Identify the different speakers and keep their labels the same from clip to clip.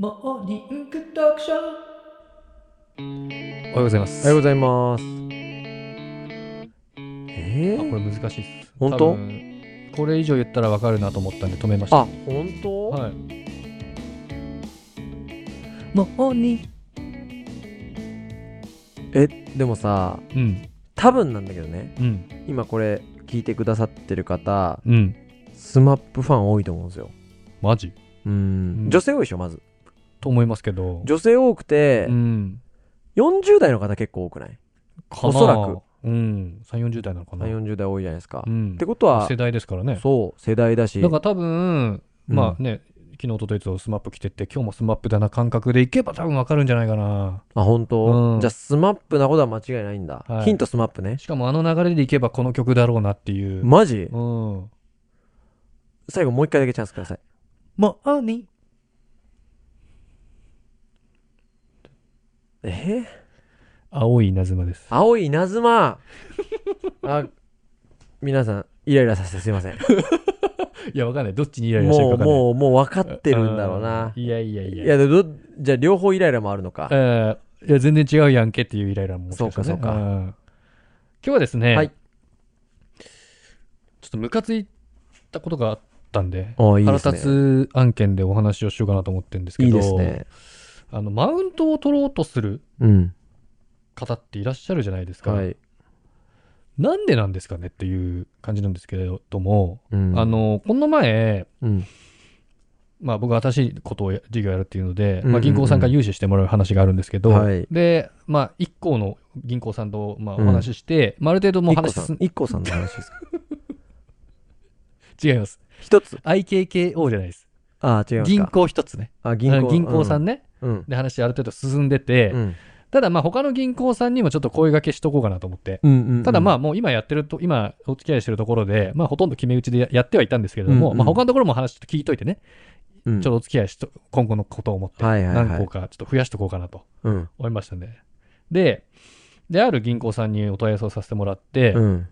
Speaker 1: モーニング読書
Speaker 2: おはようございます。
Speaker 3: おはようございます。え
Speaker 2: あこ
Speaker 3: ー、
Speaker 2: れ難しいです。
Speaker 3: 本当
Speaker 2: 多分これ以上言ったらわかるなと思ったんで止めました。
Speaker 3: あ、本当、
Speaker 2: はい。
Speaker 1: モーニ
Speaker 3: え、でもさ、
Speaker 2: うん、
Speaker 3: 多分なんだけどね、
Speaker 2: うん、
Speaker 3: 今これ聞いてくださってる方、
Speaker 2: うん。
Speaker 3: スマップファン多いと思うんですよ。
Speaker 2: マジ
Speaker 3: うー
Speaker 2: うん
Speaker 3: ん。女性多いでしょ、まず。
Speaker 2: と思いますけど。
Speaker 3: 女性多くて
Speaker 2: う、ん。
Speaker 3: 40代の方結構多くない
Speaker 2: かな
Speaker 3: おそら
Speaker 2: く。うん。3、40代なのかな。
Speaker 3: ?40 代多いじゃないですか。
Speaker 2: う
Speaker 3: っ
Speaker 2: ん
Speaker 3: て。ことは
Speaker 2: 世、代ですからね。
Speaker 3: そう、世代だし。
Speaker 2: だから多分、ま
Speaker 3: う
Speaker 2: あね、昨日、おとといとスマップ来てて、今日もスマップだな感覚でいけば多分わかるんじゃないかな。
Speaker 3: あ、本当、
Speaker 2: うん
Speaker 3: じゃあ、スマップなことは間違いないんだ。
Speaker 2: はい
Speaker 3: ヒントスマップね。
Speaker 2: しかもあの流れでいけばこの曲だろうなっていう。
Speaker 3: マジ
Speaker 2: うん。
Speaker 3: 最後もう一回だけチャンスください。
Speaker 1: モーニ
Speaker 3: えー
Speaker 2: 青い稲妻です。
Speaker 3: 青い稲 妻あ皆さんイライラさせてすいません
Speaker 2: いや、わかんない。どっちにイライラしてる
Speaker 3: もう
Speaker 2: かわかんない。
Speaker 3: もうもう分かってるんだろうな
Speaker 2: うんいやいやい
Speaker 3: い
Speaker 2: や。
Speaker 3: やでどじゃあ両方イライラもあるのか
Speaker 2: えーいや、全然違うやんけっていうイライラももししたらね
Speaker 3: そうかそうか
Speaker 2: ん今日はですね、
Speaker 3: はい
Speaker 2: ちょっとムカついたことがあったんで、
Speaker 3: おいい
Speaker 2: 腹
Speaker 3: ですね
Speaker 2: 立つ案件でお話をしようかなと思ってるんですけど、
Speaker 3: いいですね
Speaker 2: あのマウントを取ろうとする
Speaker 3: うん
Speaker 2: 方っていらっしゃるじゃないですか。
Speaker 3: はい、
Speaker 2: なんでなんですかねっていう感じなんですけれども、
Speaker 3: うん、
Speaker 2: あの、この前、
Speaker 3: うん
Speaker 2: まあ、僕は新しいことをや事業やるっていうので、
Speaker 3: うんうん
Speaker 2: ま
Speaker 3: う
Speaker 2: あ、
Speaker 3: ん
Speaker 2: 銀行さんから融資してもらう話があるんですけど、
Speaker 3: はい
Speaker 2: で、まあ、1行の銀行さんと、まあ、
Speaker 3: う
Speaker 2: お
Speaker 3: ん
Speaker 2: 話しして、まあ、ある程度もう
Speaker 3: 一個
Speaker 2: 話
Speaker 3: さ
Speaker 2: 進
Speaker 3: ん
Speaker 2: ん
Speaker 3: 一個さんの話 ですか
Speaker 2: 違います。
Speaker 3: 一つ
Speaker 2: IKKO じゃないです。
Speaker 3: あ違いますか
Speaker 2: 銀行一つね。
Speaker 3: あ銀行
Speaker 2: 銀行さんね、
Speaker 3: うん
Speaker 2: で話ある程度進んでて、
Speaker 3: うん
Speaker 2: ただまあ他の銀行さんにもちょっと声掛けしとこうかなと思って。
Speaker 3: うんうんうん
Speaker 2: ただまあもう今やってると、今お付き合いしてるところで、まあほとんど決め打ちでややってはいたんですけれども、
Speaker 3: うんうん
Speaker 2: まあ他のところも話ちょっと聞いといてね、
Speaker 3: うん
Speaker 2: ちょっとお付き合いしと、今後のことを思って、
Speaker 3: はいはいはい
Speaker 2: 何個かちょっと増やしとこうかなと
Speaker 3: うん
Speaker 2: 思いましたね。で、で、ある銀行さんにお問い合わせをさせてもらって、
Speaker 3: うん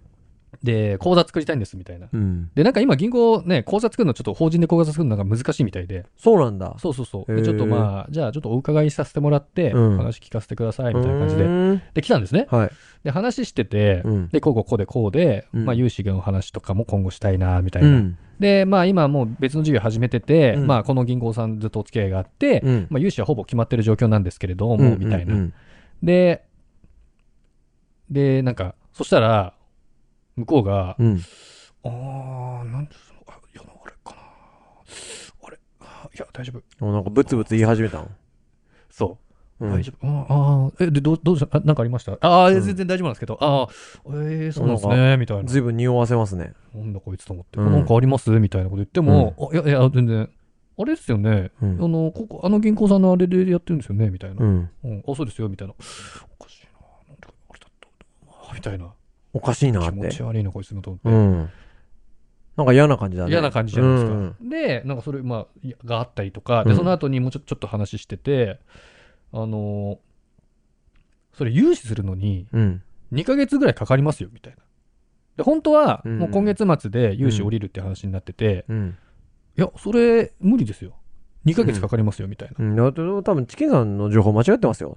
Speaker 2: で、口座作りたいんですみたいな。
Speaker 3: うん
Speaker 2: で、なんか今銀行ね、口座作るのちょっと法人で口座作るのが難しいみたいで、
Speaker 3: そうなんだ
Speaker 2: そうそうそう。
Speaker 3: へ
Speaker 2: で、
Speaker 3: ー
Speaker 2: ちょっとまあ、じゃあちょっとお伺いさせてもらって、
Speaker 3: うん
Speaker 2: 話聞かせてくださいみたいな感じ
Speaker 3: う
Speaker 2: で。
Speaker 3: ーん
Speaker 2: で、来たんですね。
Speaker 3: はい
Speaker 2: で、話してて、
Speaker 3: うん
Speaker 2: で、こうこうこうでこうで、
Speaker 3: うん
Speaker 2: まあ、融資の話とかも今後したいな、みたいうな。
Speaker 3: ん
Speaker 2: で、まあ、今もう別の事業始めてて、
Speaker 3: うん
Speaker 2: まあ、この銀行さんずっとお付き合いがあって、
Speaker 3: うん
Speaker 2: まあ、融資はほぼ決まってる状況なんですけれども、みたいな。
Speaker 3: うん
Speaker 2: で、で、なんか、そしたら、向こうが、
Speaker 3: うんうん
Speaker 2: あー、なんていうの、あいや、あれかな。あれ、あいや、大丈夫。
Speaker 3: うんなんかブツブツ言い始めたの
Speaker 2: そう。
Speaker 3: うん
Speaker 2: 大丈夫。ああー、え、で、どう、どうしたあなんかありましたああ、
Speaker 3: うん
Speaker 2: 全然大丈夫なんですけど、ああ、えー、そうなんです
Speaker 3: な
Speaker 2: ね、みたいな。
Speaker 3: ずいぶん匂わせますね。
Speaker 2: なんだこいつと思って、
Speaker 3: うん
Speaker 2: なんかありますみたいなこと言っても、あいやいや、全然、あれですよね、
Speaker 3: うん
Speaker 2: あの、ここ、あの銀行さんのあれでやってるんですよねみたいな、
Speaker 3: う
Speaker 2: うん
Speaker 3: ん。
Speaker 2: あ、そうですよ、みたいな。おかしいな、なんであれだったあみたいな、
Speaker 3: おかしいな
Speaker 2: 気
Speaker 3: っ
Speaker 2: 持
Speaker 3: て
Speaker 2: ち。悪いな、こいつのと思って、
Speaker 3: うん。なんか嫌な感じだね。
Speaker 2: 嫌な感じじゃないですか。
Speaker 3: うん
Speaker 2: で、なんかそれ、まあ、いやがあったりとか、で、
Speaker 3: うん
Speaker 2: その後にもうちょちょっと話してて、あのーそれ融資するのに、
Speaker 3: うん。
Speaker 2: 2ヶ月ぐらいかかりますよ、みたいな。で、本当は、
Speaker 3: うん
Speaker 2: もう今月末で融資降りるって話になってて、
Speaker 3: うん。
Speaker 2: いや、それ、無理ですよ。2ヶ月かかりますよ、みたいな。
Speaker 3: うん。だって多分、チキンさんの情報間違ってます よ。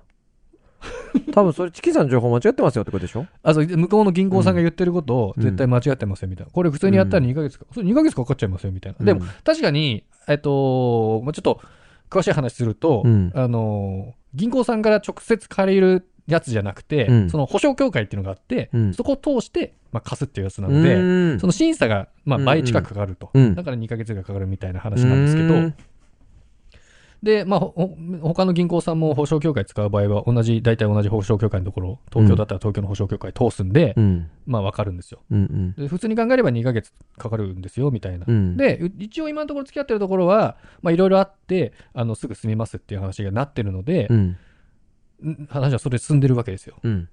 Speaker 3: 多分、それ、チキンさんの情報間違ってますよってことでしょ
Speaker 2: あ、そう、向こうの銀行さんが言ってることを、
Speaker 3: うん
Speaker 2: 絶対間違ってますよ、みたいな。これ普通にやったら2ヶ月か、それ2ヶ月かかっちゃいますよ、みたいな。でも、、確かに、えっと、まあちょっと、詳しい話すると、
Speaker 3: うん
Speaker 2: あの、銀行さんから直接借りるやつじゃなくて、
Speaker 3: うん
Speaker 2: その保証協会っていうのがあって、
Speaker 3: うん
Speaker 2: そこを通して、まあ、貸すっていうやつな
Speaker 3: うん
Speaker 2: ので、
Speaker 3: で
Speaker 2: その審査が、まあ、
Speaker 3: うんうん
Speaker 2: 倍近くかかると、
Speaker 3: うん
Speaker 2: だから2ヶ月がかかるみたいな話なんですけど、で、まあ、ほほ他の銀行さんも保証協会使う場合は、同じ、大体同じ保証協会のところ、東京だったら東京の保証協会通すんで、
Speaker 3: うん。
Speaker 2: まあ、わかるんですよ
Speaker 3: うん。うん。
Speaker 2: で。普通に考えれば2ヶ月かかるんですよ、みたいな
Speaker 3: う。ん。、
Speaker 2: で、う一応今のところ付き合ってるところは、まあ、いろいろあって、あの、すぐ済みますっていう話がなってるので
Speaker 3: う、ん。
Speaker 2: ん話はそれ進んでるわけですよ。
Speaker 3: うん。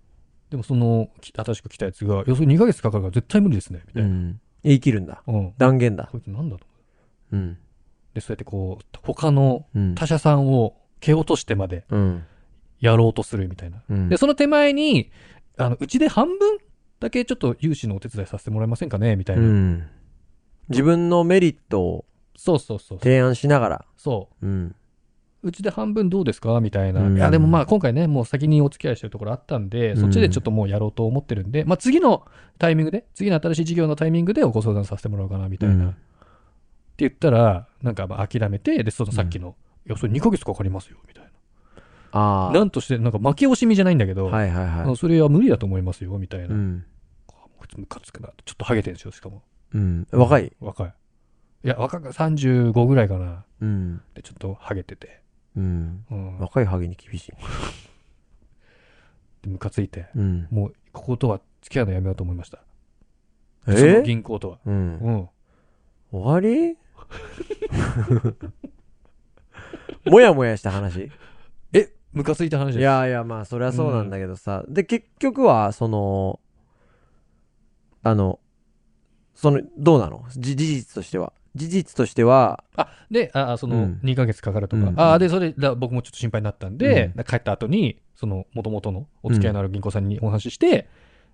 Speaker 2: でも、その、き新しく来たやつが、要するに2ヶ月かかるから絶対無理ですね、みた
Speaker 3: う
Speaker 2: いな。
Speaker 3: ん。言い切るんだ。
Speaker 2: うん。
Speaker 3: 断言だ。
Speaker 2: こいつなんだと。
Speaker 3: うん。
Speaker 2: で、そうやってこう、他の
Speaker 3: うん。
Speaker 2: 他社さんを蹴落としてまで
Speaker 3: うん。
Speaker 2: やろうとするみたいな。
Speaker 3: うん
Speaker 2: で、その手前に、あの、うちで半分だけちょっと融資のお手伝いさせてもらえませんかねみたいうな。
Speaker 3: ん。自分のメリットを
Speaker 2: そうそうそう。
Speaker 3: 提案しながら。
Speaker 2: そ
Speaker 3: うん。
Speaker 2: う。うちで半分どうですかみたいな、
Speaker 3: うん
Speaker 2: いやでもまあ今回ね、もう先にお付き合いしてるところあったんで、そっちでちょっともうやろうと思ってるんで、まあ次のタイミングで、次の新しい事業のタイミングでご相談させてもらおうかなみたいな、
Speaker 3: うん
Speaker 2: って言ったら、なんかまあ諦めて、で、そのさっきの、いや、それ2ヶ月かかりますよ、みたい
Speaker 3: あ
Speaker 2: な。
Speaker 3: あ
Speaker 2: なんとして、なんか負け惜しみじゃないんだけど、
Speaker 3: はいはい
Speaker 2: あ
Speaker 3: は
Speaker 2: のそれは無理だと思いますよ、みたい
Speaker 3: い
Speaker 2: な。
Speaker 3: う
Speaker 2: も
Speaker 3: ん、
Speaker 2: うムカつくな。ちょっとハゲてるんですよ、しかも。
Speaker 3: うん、若い
Speaker 2: 若い。いや、若く、35ぐらいかな。
Speaker 3: うん、
Speaker 2: で、ちょっとハゲてて。
Speaker 3: うん、
Speaker 2: うん。
Speaker 3: 若いハゲに厳しい
Speaker 2: でムカついて。
Speaker 3: うん
Speaker 2: もう、こことは付き合うのやめようと思いました。
Speaker 3: え
Speaker 2: その銀行とは。
Speaker 3: うん
Speaker 2: うん。
Speaker 3: 終わり もやもやした話
Speaker 2: え、ムカついた話です。
Speaker 3: いやいやまあそりゃそうなんだけどさ、で結局はそのあのそのどうなのじ事実としては事実としては
Speaker 2: で、ああそうの、
Speaker 3: ん
Speaker 2: 2ヶ月かかるとか。
Speaker 3: うん
Speaker 2: ああ、で、それ、だ僕もちょっと心配になったんで、
Speaker 3: う
Speaker 2: 帰った後に、その、元々のお付き合いのある銀行さんにお話しして、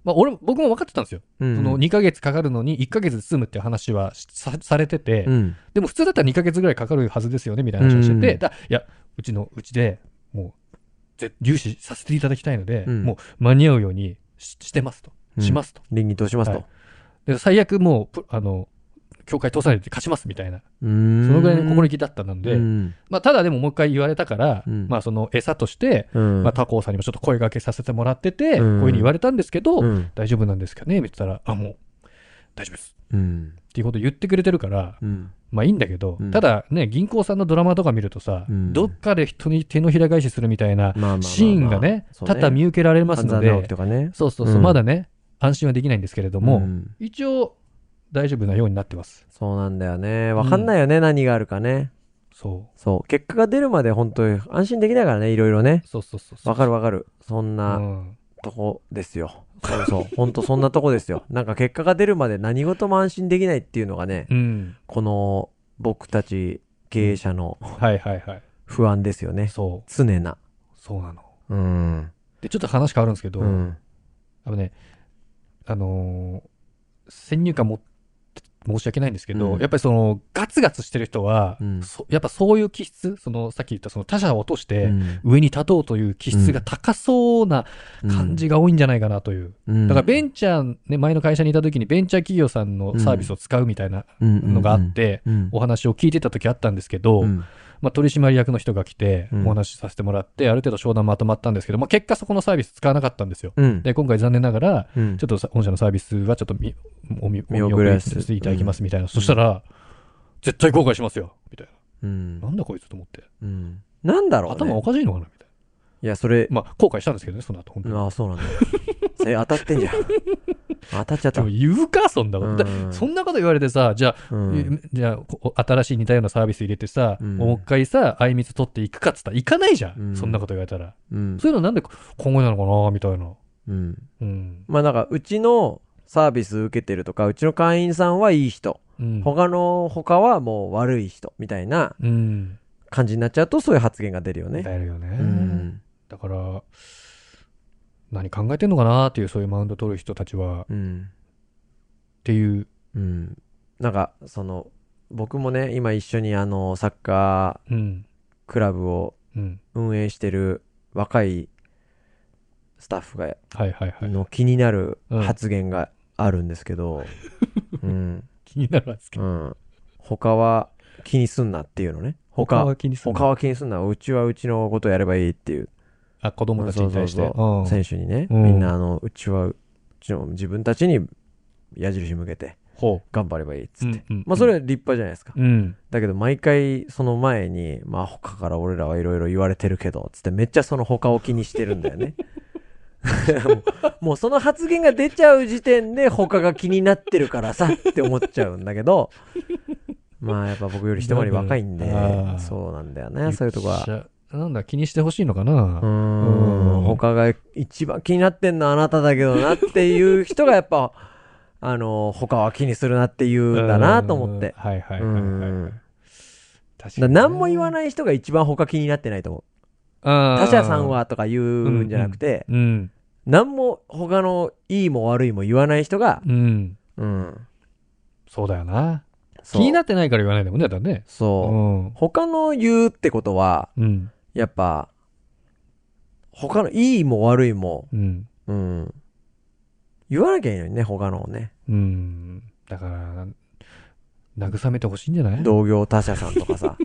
Speaker 2: まあ、俺も、僕も分かってたんですよ。
Speaker 3: うん
Speaker 2: その、2ヶ月かかるのに、1ヶ月で済むっていう話はしさされてて、
Speaker 3: うん
Speaker 2: でも普通だったら2ヶ月ぐらいかかるはずですよね、みたいな話をしてて、
Speaker 3: うん
Speaker 2: だいや、うちの、うちでもう、ぜ融資させていただきたいので、
Speaker 3: うん
Speaker 2: もう間に合うようにししてますと。
Speaker 3: うん
Speaker 2: しますと。
Speaker 3: 倫理としますと、
Speaker 2: はいで、最悪もう、プあの、協会通さないで勝ちますみたいな、
Speaker 3: うーん
Speaker 2: そのぐらいの心意気だったので、
Speaker 3: うん
Speaker 2: まあ、ただでももう一回言われたから、
Speaker 3: うん
Speaker 2: まあ、その餌として、
Speaker 3: うん
Speaker 2: まあ、他校さんにもちょっと声掛けさせてもらって
Speaker 3: うん
Speaker 2: て、こういうふうに言われたんですけど、
Speaker 3: うん
Speaker 2: 大丈夫なんですかねみたいな、あ、もう、大丈夫です。
Speaker 3: うん
Speaker 2: っていうこと言ってくれてるから、
Speaker 3: うん
Speaker 2: まあいいんだけど、
Speaker 3: うん
Speaker 2: ただね、銀行さんのドラマとか見るとさ、
Speaker 3: うん
Speaker 2: どっかで人に手のひら返しするみたいな
Speaker 3: まあまあまあまあ
Speaker 2: シーンがね、
Speaker 3: そ
Speaker 2: 多
Speaker 3: うね
Speaker 2: 々見受けられますの
Speaker 3: 半沢直樹
Speaker 2: で、
Speaker 3: とかね
Speaker 2: そうそうそう、
Speaker 3: うん
Speaker 2: まだね、安心はできないんですけれども、
Speaker 3: うん
Speaker 2: 一応、大丈夫なようになってます。
Speaker 3: そうなんだよねわかんないよね、何があるかね
Speaker 2: そ
Speaker 3: そう結果が出るまで本当に安心できないからねいろいろね
Speaker 2: う。そうそうそうそう。
Speaker 3: わかるわかるそんな、
Speaker 2: うん
Speaker 3: とこですよ。そうそう。 ほんとそんなとこですよ。なんか結果が出るまで何事も安心できないっていうのがね、
Speaker 2: うん。
Speaker 3: この僕たち経営者の
Speaker 2: はいはいはい。
Speaker 3: 不安ですよね。
Speaker 2: そ
Speaker 3: 常な。
Speaker 2: う。そうなの。
Speaker 3: うん。
Speaker 2: で、ちょっと話変わるんですけど、
Speaker 3: うん。
Speaker 2: あのね、あのー先入観持って、申し訳ないんですけど、
Speaker 3: うん
Speaker 2: やっぱりその、ガツガツしてる人は、
Speaker 3: うん
Speaker 2: そやっぱそういう気質、その、さっき言ったその他者を落として、
Speaker 3: うん
Speaker 2: 上に立とうという気質が高そうな感じが多いんじゃないかなという。
Speaker 3: うん
Speaker 2: だからベンチャー、ね、前の会社にいた時にベンチャー企業さんのサービスを使うみたいなのがあっ、て、
Speaker 3: うんうん
Speaker 2: お話を聞いてた時あったんですけど、
Speaker 3: うん
Speaker 2: まあ、取締役の人が来て
Speaker 3: う、ん
Speaker 2: お話しさせてもらって、ある程度商談まとまったんですけど、まあ、結果そこのサービス使わなかったんですよ。
Speaker 3: うん。
Speaker 2: で、今回残念ながら、
Speaker 3: うん、
Speaker 2: ちょっとさ本社のサービスはちょっと見お見
Speaker 3: 見
Speaker 2: 見
Speaker 3: 送
Speaker 2: 送
Speaker 3: ら
Speaker 2: ら
Speaker 3: せて
Speaker 2: せていただきますみたいな。そしたら、絶対後悔しますよみたい
Speaker 3: うん
Speaker 2: な。なんだこいつと思って。
Speaker 3: うんなんだろう、ね、
Speaker 2: 頭おかしいのかなみたい
Speaker 3: いや、それ、
Speaker 2: な。まあ、後悔したんですけどね、その後、本当に。
Speaker 3: ああ、そうなんだ。え、当たって んじゃん。当たっちゃっ
Speaker 2: で
Speaker 3: た
Speaker 2: も。言うか、そんなこと。だ
Speaker 3: うん
Speaker 2: そんなこと言われてさ、じゃあ、
Speaker 3: うん
Speaker 2: えじゃあこ新しい似たようなサービス入れてさ、
Speaker 3: うん
Speaker 2: もう一回さ、あいみつ取っていくかっつったら、いかないじゃん,、
Speaker 3: うん
Speaker 2: そんなこと言われたら。
Speaker 3: うん。
Speaker 2: そういうのなんで今後なのかな、みたいな。
Speaker 3: うん。
Speaker 2: うん。
Speaker 3: まあなんか、うちのサービス受けてるとか、うちの会員さんはいい人、
Speaker 2: うん。
Speaker 3: 他の、他はもう悪い人、みたいな
Speaker 2: うん。
Speaker 3: 感じになっちゃうと、そういう発言が出るよね。
Speaker 2: だよね。
Speaker 3: うん。
Speaker 2: だから、何考えてんのかなっていう、そういうマウント取る人たちは、っ
Speaker 3: うん。
Speaker 2: ていう。
Speaker 3: うん。なんか、その、僕もね、今一緒にあの、サッカ
Speaker 2: うん。
Speaker 3: ークラブを
Speaker 2: うん。
Speaker 3: 運営してる若いスタッフが、
Speaker 2: はいはい はい。
Speaker 3: の気になる
Speaker 2: うん
Speaker 3: 発言があるんですけ ど、うん。
Speaker 2: 気になるんですけ
Speaker 3: う
Speaker 2: ど。
Speaker 3: ん。他は気にすんなっていうのね。他
Speaker 2: は気にする。
Speaker 3: 他は気にすんな。うちはうちのことやればいいっていう
Speaker 2: あ、子供たちに対して。
Speaker 3: そう
Speaker 2: うん
Speaker 3: 選手にね、
Speaker 2: うん
Speaker 3: みんなあの、うちはうちの自分たちに矢印向けて
Speaker 2: ほ
Speaker 3: 頑張ればいいっつって。
Speaker 2: うんうん
Speaker 3: まあそれは立派じゃないですか。
Speaker 2: う。うん。
Speaker 3: だけど毎回その前に、まあ他から俺らはいろいろ言われてるけど、つってめっちゃその他を気にしてるんだよね。 もうもうその発言が出ちゃう時点で他が気になってるからさって思っちゃうんだけど、まあやっぱ僕より一回り若いんで
Speaker 2: なんだろうなあ、ー
Speaker 3: そうなんだよね、そういうとこは。
Speaker 2: は。なんだ、気にしてほしいのか
Speaker 3: うー
Speaker 2: な。う
Speaker 3: ん
Speaker 2: ん
Speaker 3: 他が一番気になってんのはあなただけどなっていう人がやっぱ あの他は気にするなって言うんだなと思って
Speaker 2: うんはいはいうはいはいはい
Speaker 3: ん。
Speaker 2: 確か
Speaker 3: だ
Speaker 2: にね
Speaker 3: 何も言わない人が一番他気になってないと思う他者さん。はとか言うんじゃなくて
Speaker 2: うんうん。
Speaker 3: 何も他のいいも悪いも言わない人が
Speaker 2: うん。
Speaker 3: うん
Speaker 2: そうだよな。
Speaker 3: そう
Speaker 2: 気になってないから言わないんだもんね、だってね。う
Speaker 3: そう。
Speaker 2: ん。
Speaker 3: 他の言うってことは、
Speaker 2: うん。
Speaker 3: やっぱ、他のいいも悪いも、
Speaker 2: うん。
Speaker 3: うん。言わなきゃいいのにね、他のをね。
Speaker 2: うん。だから、慰めてほしいんじゃな い
Speaker 3: 同業他社さんとか さ。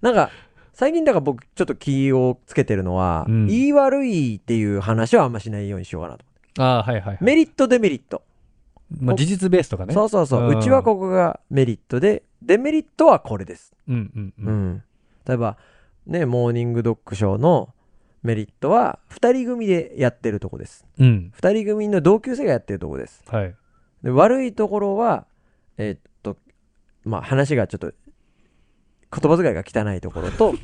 Speaker 3: なんか、最近だから僕ちょっと気をつけてるのは、
Speaker 2: うん
Speaker 3: 言い悪いっていう話はあんましないようにしようかなと。
Speaker 2: ああ、はいはい、は
Speaker 3: メ
Speaker 2: い。
Speaker 3: リット、デメリット。
Speaker 2: まあ、事実ベースとかね。
Speaker 3: そうそうそうう。
Speaker 2: ん
Speaker 3: うちはここがメリットで、デメリットはこれです。
Speaker 2: うんうんう。
Speaker 3: うんん。例えば、ね、モーニングドッグショーのメリットは、二人組でやってるとこです。
Speaker 2: うん。
Speaker 3: 二人組の同級生がやってるとこです。
Speaker 2: はい。
Speaker 3: で悪いところは、えーっと、まあ、話がちょっと、言葉遣いが汚いところ と、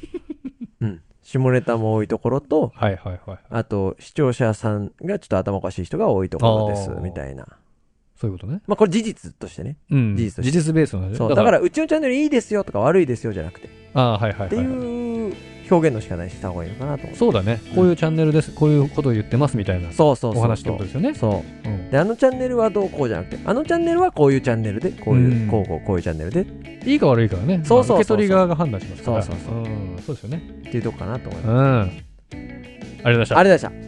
Speaker 3: うん、下ネタも多いところと、
Speaker 2: はいはいはい。
Speaker 3: あと、視聴者さんがちょっと頭おかしい人が多いところです
Speaker 2: あ、ー
Speaker 3: みたいな。
Speaker 2: そういうことね。
Speaker 3: まあ、これ事実としてね。
Speaker 2: うん。
Speaker 3: 事実として
Speaker 2: 事実ベースなんで
Speaker 3: そう。だから、うちのチャンネルいいですよとか悪いですよじゃなくて、っ
Speaker 2: ああ、はいはい
Speaker 3: て
Speaker 2: はいいはい。
Speaker 3: う表現の仕方にした方がいいのかなと思う。
Speaker 2: そうだね。こういうチャンネルです。こういうことを言ってますみたいな
Speaker 3: そうそうそうそう。
Speaker 2: お話ってことですよね。
Speaker 3: そう。
Speaker 2: うん
Speaker 3: であのチャンネルはどうこうじゃなくてあのチャンネルはこういうチャンネルでこういう、
Speaker 2: うん
Speaker 3: こうこうこういうチャンネルでっ
Speaker 2: いいか悪いかはね、
Speaker 3: そうそうそうそう
Speaker 2: まあ受け取り側が判断しますから。
Speaker 3: そうそうそうん
Speaker 2: そうですよね。
Speaker 3: ていうとこかなと思い
Speaker 2: うん。
Speaker 3: ま
Speaker 2: ありがとうございまし
Speaker 3: す、
Speaker 2: た
Speaker 3: あ。れでした